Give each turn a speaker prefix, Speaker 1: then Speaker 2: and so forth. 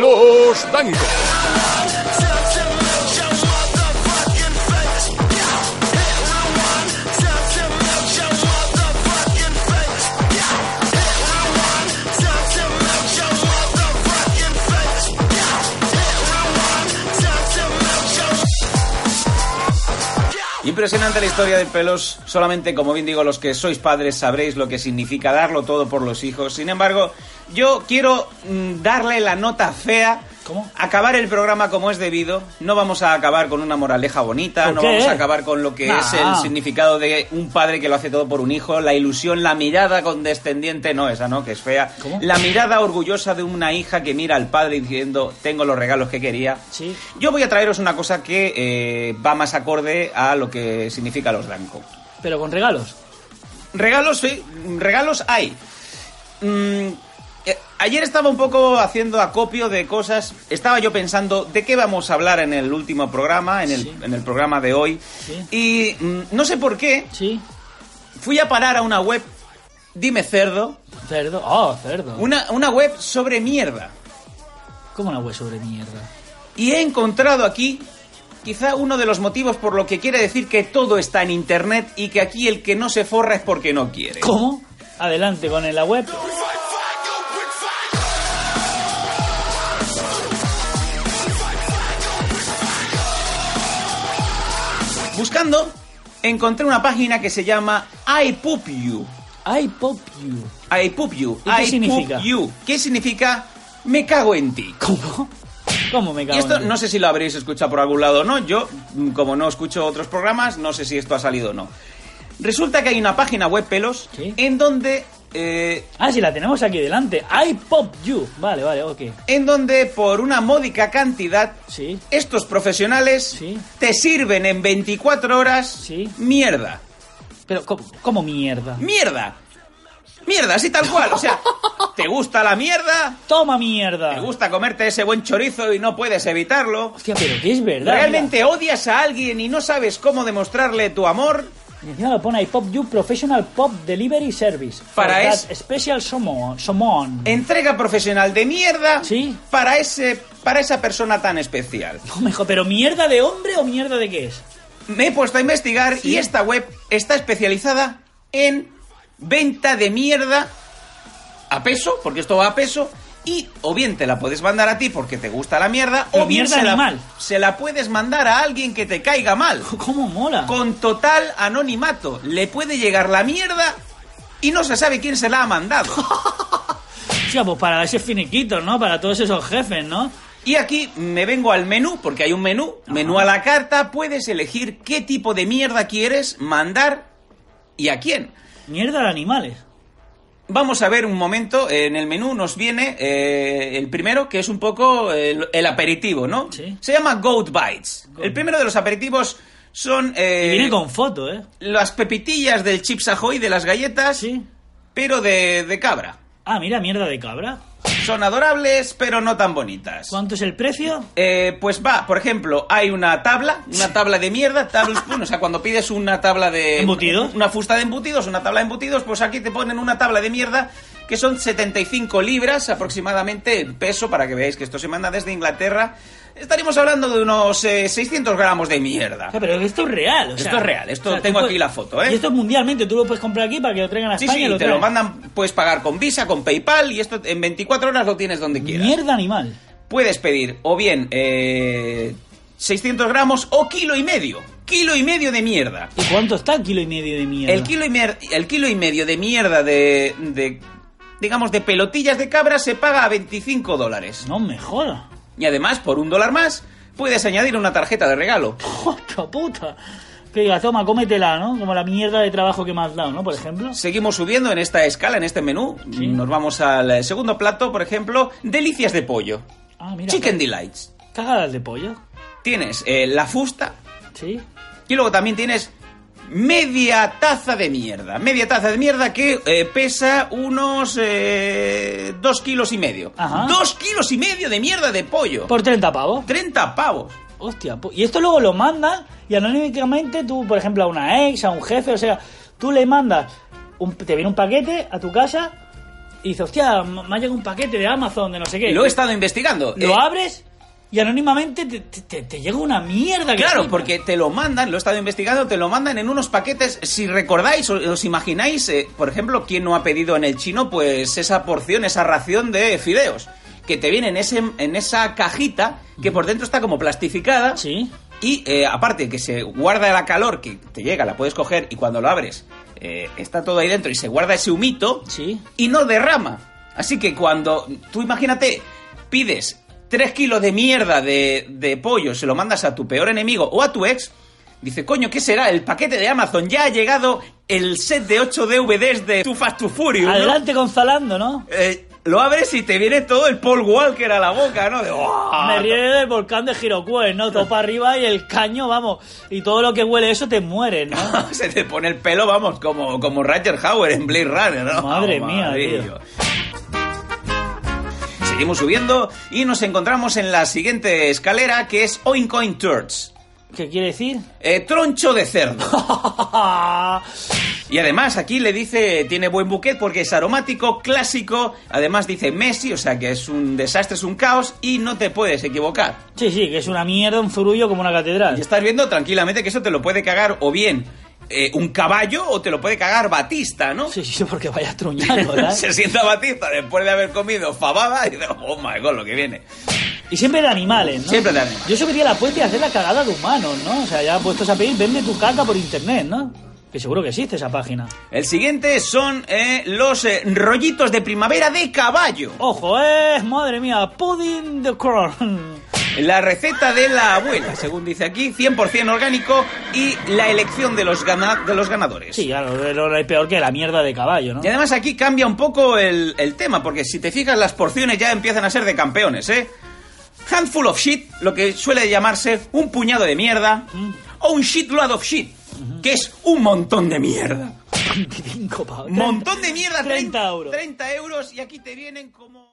Speaker 1: Los Dancos.
Speaker 2: Impresionante la historia de pelos, solamente como bien digo los que sois padres sabréis lo que significa darlo todo por los hijos. Sin embargo, yo quiero mm, darle la nota fea.
Speaker 3: ¿Cómo?
Speaker 2: Acabar el programa como es debido. No vamos a acabar con una moraleja bonita,
Speaker 3: ¿Por
Speaker 2: no
Speaker 3: qué?
Speaker 2: vamos a acabar con lo que
Speaker 3: Nah.
Speaker 2: es el significado de un padre que lo hace todo por un hijo, la ilusión, la mirada condescendiente, no esa, ¿no? Que es fea.
Speaker 3: ¿Cómo?
Speaker 2: La mirada orgullosa de una hija que mira al padre diciendo, tengo los regalos que quería.
Speaker 3: Sí.
Speaker 2: Yo voy a traeros una cosa que eh, va más acorde a lo que significa los blancos.
Speaker 3: Pero con regalos.
Speaker 2: Regalos, sí, regalos hay. Mm, eh, ayer estaba un poco haciendo acopio de cosas. Estaba yo pensando de qué vamos a hablar en el último programa, en el,
Speaker 3: Sí.
Speaker 2: en el programa de hoy. Y mm, no sé por qué,
Speaker 3: Sí.
Speaker 2: fui a parar a una web, dime cerdo,
Speaker 3: Cerdo. Oh, cerdo.
Speaker 2: una, una web sobre mierda.
Speaker 3: ¿Cómo una web sobre mierda?
Speaker 2: Y he encontrado aquí quizá uno de los motivos por lo que quiere decir que todo está en Internet y que aquí el que no se forra es porque no quiere.
Speaker 3: ¿Cómo? Adelante con la web.
Speaker 2: Buscando, encontré una página que se llama I Poop You.
Speaker 3: I pop you.
Speaker 2: I Poop You.
Speaker 3: ¿Y qué
Speaker 2: I
Speaker 3: significa?
Speaker 2: Poop You. ¿Qué significa? Me cago en ti.
Speaker 3: ¿Cómo? ¿Cómo me cago
Speaker 2: Y esto
Speaker 3: en ti?
Speaker 2: no sé si lo habréis escuchado por algún lado o no. Yo, mm, como no escucho otros programas, no sé si esto ha salido o no. Resulta que hay una página web pelos
Speaker 3: Sí.
Speaker 2: en donde eh,
Speaker 3: Ah, sí, la tenemos aquí delante. I pop you. Vale, vale, ok.
Speaker 2: en donde por una módica cantidad
Speaker 3: Sí.
Speaker 2: estos profesionales
Speaker 3: Sí.
Speaker 2: te sirven en 24 horas
Speaker 3: Sí.
Speaker 2: mierda.
Speaker 3: Pero, ¿cómo, cómo mierda?
Speaker 2: Mierda. Mierda, así tal cual. O sea, ¿te gusta la mierda?
Speaker 3: ¡Toma mierda!
Speaker 2: ¿Te gusta comerte ese buen chorizo y no puedes evitarlo?
Speaker 3: Hostia, pero que es verdad.
Speaker 2: ¿Realmente odias a alguien y no sabes cómo demostrarle tu amor?
Speaker 3: Mira. Y encima lo pone ahí Pop You Professional Pop Delivery Service. For
Speaker 2: Para
Speaker 3: that
Speaker 2: es-
Speaker 3: Special Summon. summon.
Speaker 2: Entrega profesional de mierda
Speaker 3: Sí.
Speaker 2: para, ese, para esa persona tan especial.
Speaker 3: No me jo- pero ¿mierda de hombre o mierda de qué es?
Speaker 2: Me he puesto a investigar y esta web está especializada en venta de mierda a peso, porque esto va a peso, y o bien te la puedes mandar a ti porque te gusta la mierda,
Speaker 3: Pero
Speaker 2: o bien
Speaker 3: mierda
Speaker 2: se la,
Speaker 3: animal.
Speaker 2: se la puedes mandar a alguien que te caiga mal.
Speaker 3: ¿Cómo mola?
Speaker 2: Con total anonimato, le puede llegar la mierda y no se sabe quién se la ha mandado.
Speaker 3: Hostia, pues para ese finiquito, ¿no? Para todos esos jefes, ¿no?
Speaker 2: Y aquí me vengo al menú, porque hay un menú, menú a la carta, puedes elegir qué tipo de mierda quieres mandar y a quién.
Speaker 3: Mierda de animales.
Speaker 2: Vamos a ver un momento, eh, en el menú nos viene eh, el primero, que es un poco el, el aperitivo, ¿no?
Speaker 3: Sí.
Speaker 2: Se llama Goat Bites.
Speaker 3: Goat.
Speaker 2: El primero de los aperitivos son eh,
Speaker 3: Viene con foto, ¿eh?
Speaker 2: las pepitillas del chips ahoy de las galletas,
Speaker 3: Sí.
Speaker 2: pero de, de cabra.
Speaker 3: Ah, mira, mierda de cabra.
Speaker 2: Son adorables, pero no tan bonitas.
Speaker 3: ¿Cuánto es el precio?
Speaker 2: Eh, pues va, por ejemplo, hay una tabla, una tabla de mierda, tabla spoon, o sea, cuando pides una tabla de...
Speaker 3: ¿Embutidos?
Speaker 2: Una fusta de embutidos, una tabla de embutidos, pues aquí te ponen una tabla de mierda que son 75 libras aproximadamente en peso, para que veáis que esto se manda desde Inglaterra. Estaremos hablando de unos eh, 600 gramos de mierda.
Speaker 3: O sea, Ah, pero esto es real. o sea-
Speaker 2: Esto es real, esto
Speaker 3: tú
Speaker 2: tengo
Speaker 3: puedes-
Speaker 2: aquí la foto, ¿eh?
Speaker 3: Y esto es mundialmente, tú lo puedes comprar aquí para que lo traigan a
Speaker 2: Sí,
Speaker 3: España.
Speaker 2: sí,
Speaker 3: y lo
Speaker 2: te lo
Speaker 3: traen.
Speaker 2: mandan, puedes pagar con Visa, con PayPal y esto en 24 horas lo tienes donde quieras.
Speaker 3: Mierda animal.
Speaker 2: puedes pedir o bien eh, 600 gramos o kilo y medio. Kilo y medio de mierda.
Speaker 3: ¿Y cuánto está el kilo y medio de mierda?
Speaker 2: El kilo y, mer- el kilo y medio de mierda de, de, digamos, de pelotillas de cabra se paga a 25 dólares.
Speaker 3: No me joda.
Speaker 2: Y además, por un dólar más, puedes añadir una tarjeta de regalo.
Speaker 3: ¡Puta puta! Que diga, toma, cómetela, ¿no? Como la mierda de trabajo que me has dado, ¿no? Por ejemplo.
Speaker 2: Seguimos subiendo en esta escala, en este menú. Nos vamos al eh, segundo plato, por ejemplo, delicias de pollo.
Speaker 3: Ah, mira.
Speaker 2: Chicken Delights.
Speaker 3: Cagadas de pollo.
Speaker 2: Tienes eh, la fusta
Speaker 3: Sí.
Speaker 2: y luego también tienes media taza de mierda. Media taza de mierda que eh, pesa unos eh, dos kilos y medio.
Speaker 3: Ajá.
Speaker 2: Dos kilos y medio de mierda de pollo.
Speaker 3: Por 30 pavos.
Speaker 2: 30 pavos.
Speaker 3: Hostia, po- y esto luego lo mandas y anónimamente tú, por ejemplo, a una ex, a un jefe, o sea, tú le mandas, un- te viene un paquete a tu casa y dices, hostia, m- me ha llegado un paquete de Amazon, de no sé qué.
Speaker 2: Lo he estado investigando.
Speaker 3: Lo
Speaker 2: Eh,
Speaker 3: abres y anónimamente te, te- te- te llega una mierda. que
Speaker 2: Claro,
Speaker 3: flipas.
Speaker 2: porque te lo mandan, lo he estado investigando, te lo mandan en unos paquetes. Si recordáis, o- os imagináis, eh, por ejemplo, quién no ha pedido en el chino, pues esa porción, esa ración de fideos, que te viene en, ese, en esa cajita que por dentro está como plastificada.
Speaker 3: Sí.
Speaker 2: Y eh, aparte que se guarda la calor que te llega, la puedes coger y cuando lo abres eh, está todo ahí dentro y se guarda ese humito
Speaker 3: Sí.
Speaker 2: y no derrama. Así que cuando tú imagínate, pides 3 kilos de mierda de, de pollo, se lo mandas a tu peor enemigo o a tu ex, dice, coño, ¿qué será? El paquete de Amazon, ya ha llegado el set de 8 DVDs de Too Fast to Furious. ¿no?
Speaker 3: Adelante con Zalando, ¿no?
Speaker 2: Eh, lo abres y te viene todo el Paul Walker a la boca, Ah, ¿no? De, "Uah".
Speaker 3: Me ríe del volcán de Girocuen, ¿no? Topa arriba y el caño, vamos. Y todo lo que huele eso te muere, ¿no?
Speaker 2: Se te pone el pelo, vamos, como, como Roger Hauer en Blade Runner, ¿no? Oh,
Speaker 3: Madre mía,
Speaker 2: Madrillo. Seguimos subiendo y nos encontramos en la siguiente escalera que es Oinkoin Turds.
Speaker 3: ¿Qué quiere decir?
Speaker 2: Eh, troncho de cerdo. Y además aquí le dice, tiene buen buquet porque es aromático, clásico, además dice Messi, o sea que es un desastre, es un caos y no te puedes equivocar.
Speaker 3: Sí, sí, que es una mierda, un zurullo como una catedral.
Speaker 2: Y estás viendo tranquilamente que eso te lo puede cagar o bien eh, un caballo o te lo puede cagar Batista, ¿no?
Speaker 3: Sí, sí, porque vaya truñado, ¿verdad?
Speaker 2: Se sienta Batista después de haber comido fabada y dice, oh my god, lo que viene.
Speaker 3: Y siempre de animales, ¿no?
Speaker 2: Siempre de animales.
Speaker 3: Yo subiría la puente y hacer la cagada de humanos, ¿no? O sea, ya puestos a pedir, vende tu caca por internet, ¿no? Que seguro que existe esa página.
Speaker 2: El siguiente son eh, los eh, rollitos de primavera de caballo.
Speaker 3: Ojo, eh, madre mía, pudding the corn.
Speaker 2: La receta de la abuela, según dice aquí, 100% orgánico y la elección de los, gana- de los ganadores.
Speaker 3: Sí, claro, lo, lo- peor que la mierda de caballo, ¿no?
Speaker 2: Y además aquí cambia un poco el, el tema, porque si te fijas las porciones ya empiezan a ser de campeones, ¿eh? Handful of shit, lo que suele llamarse un puñado de mierda, o un shitload of shit, que es un montón de mierda.
Speaker 3: 25 pavos.
Speaker 2: Montón de mierda,
Speaker 3: 30 euros.
Speaker 2: 30 euros y aquí te vienen como...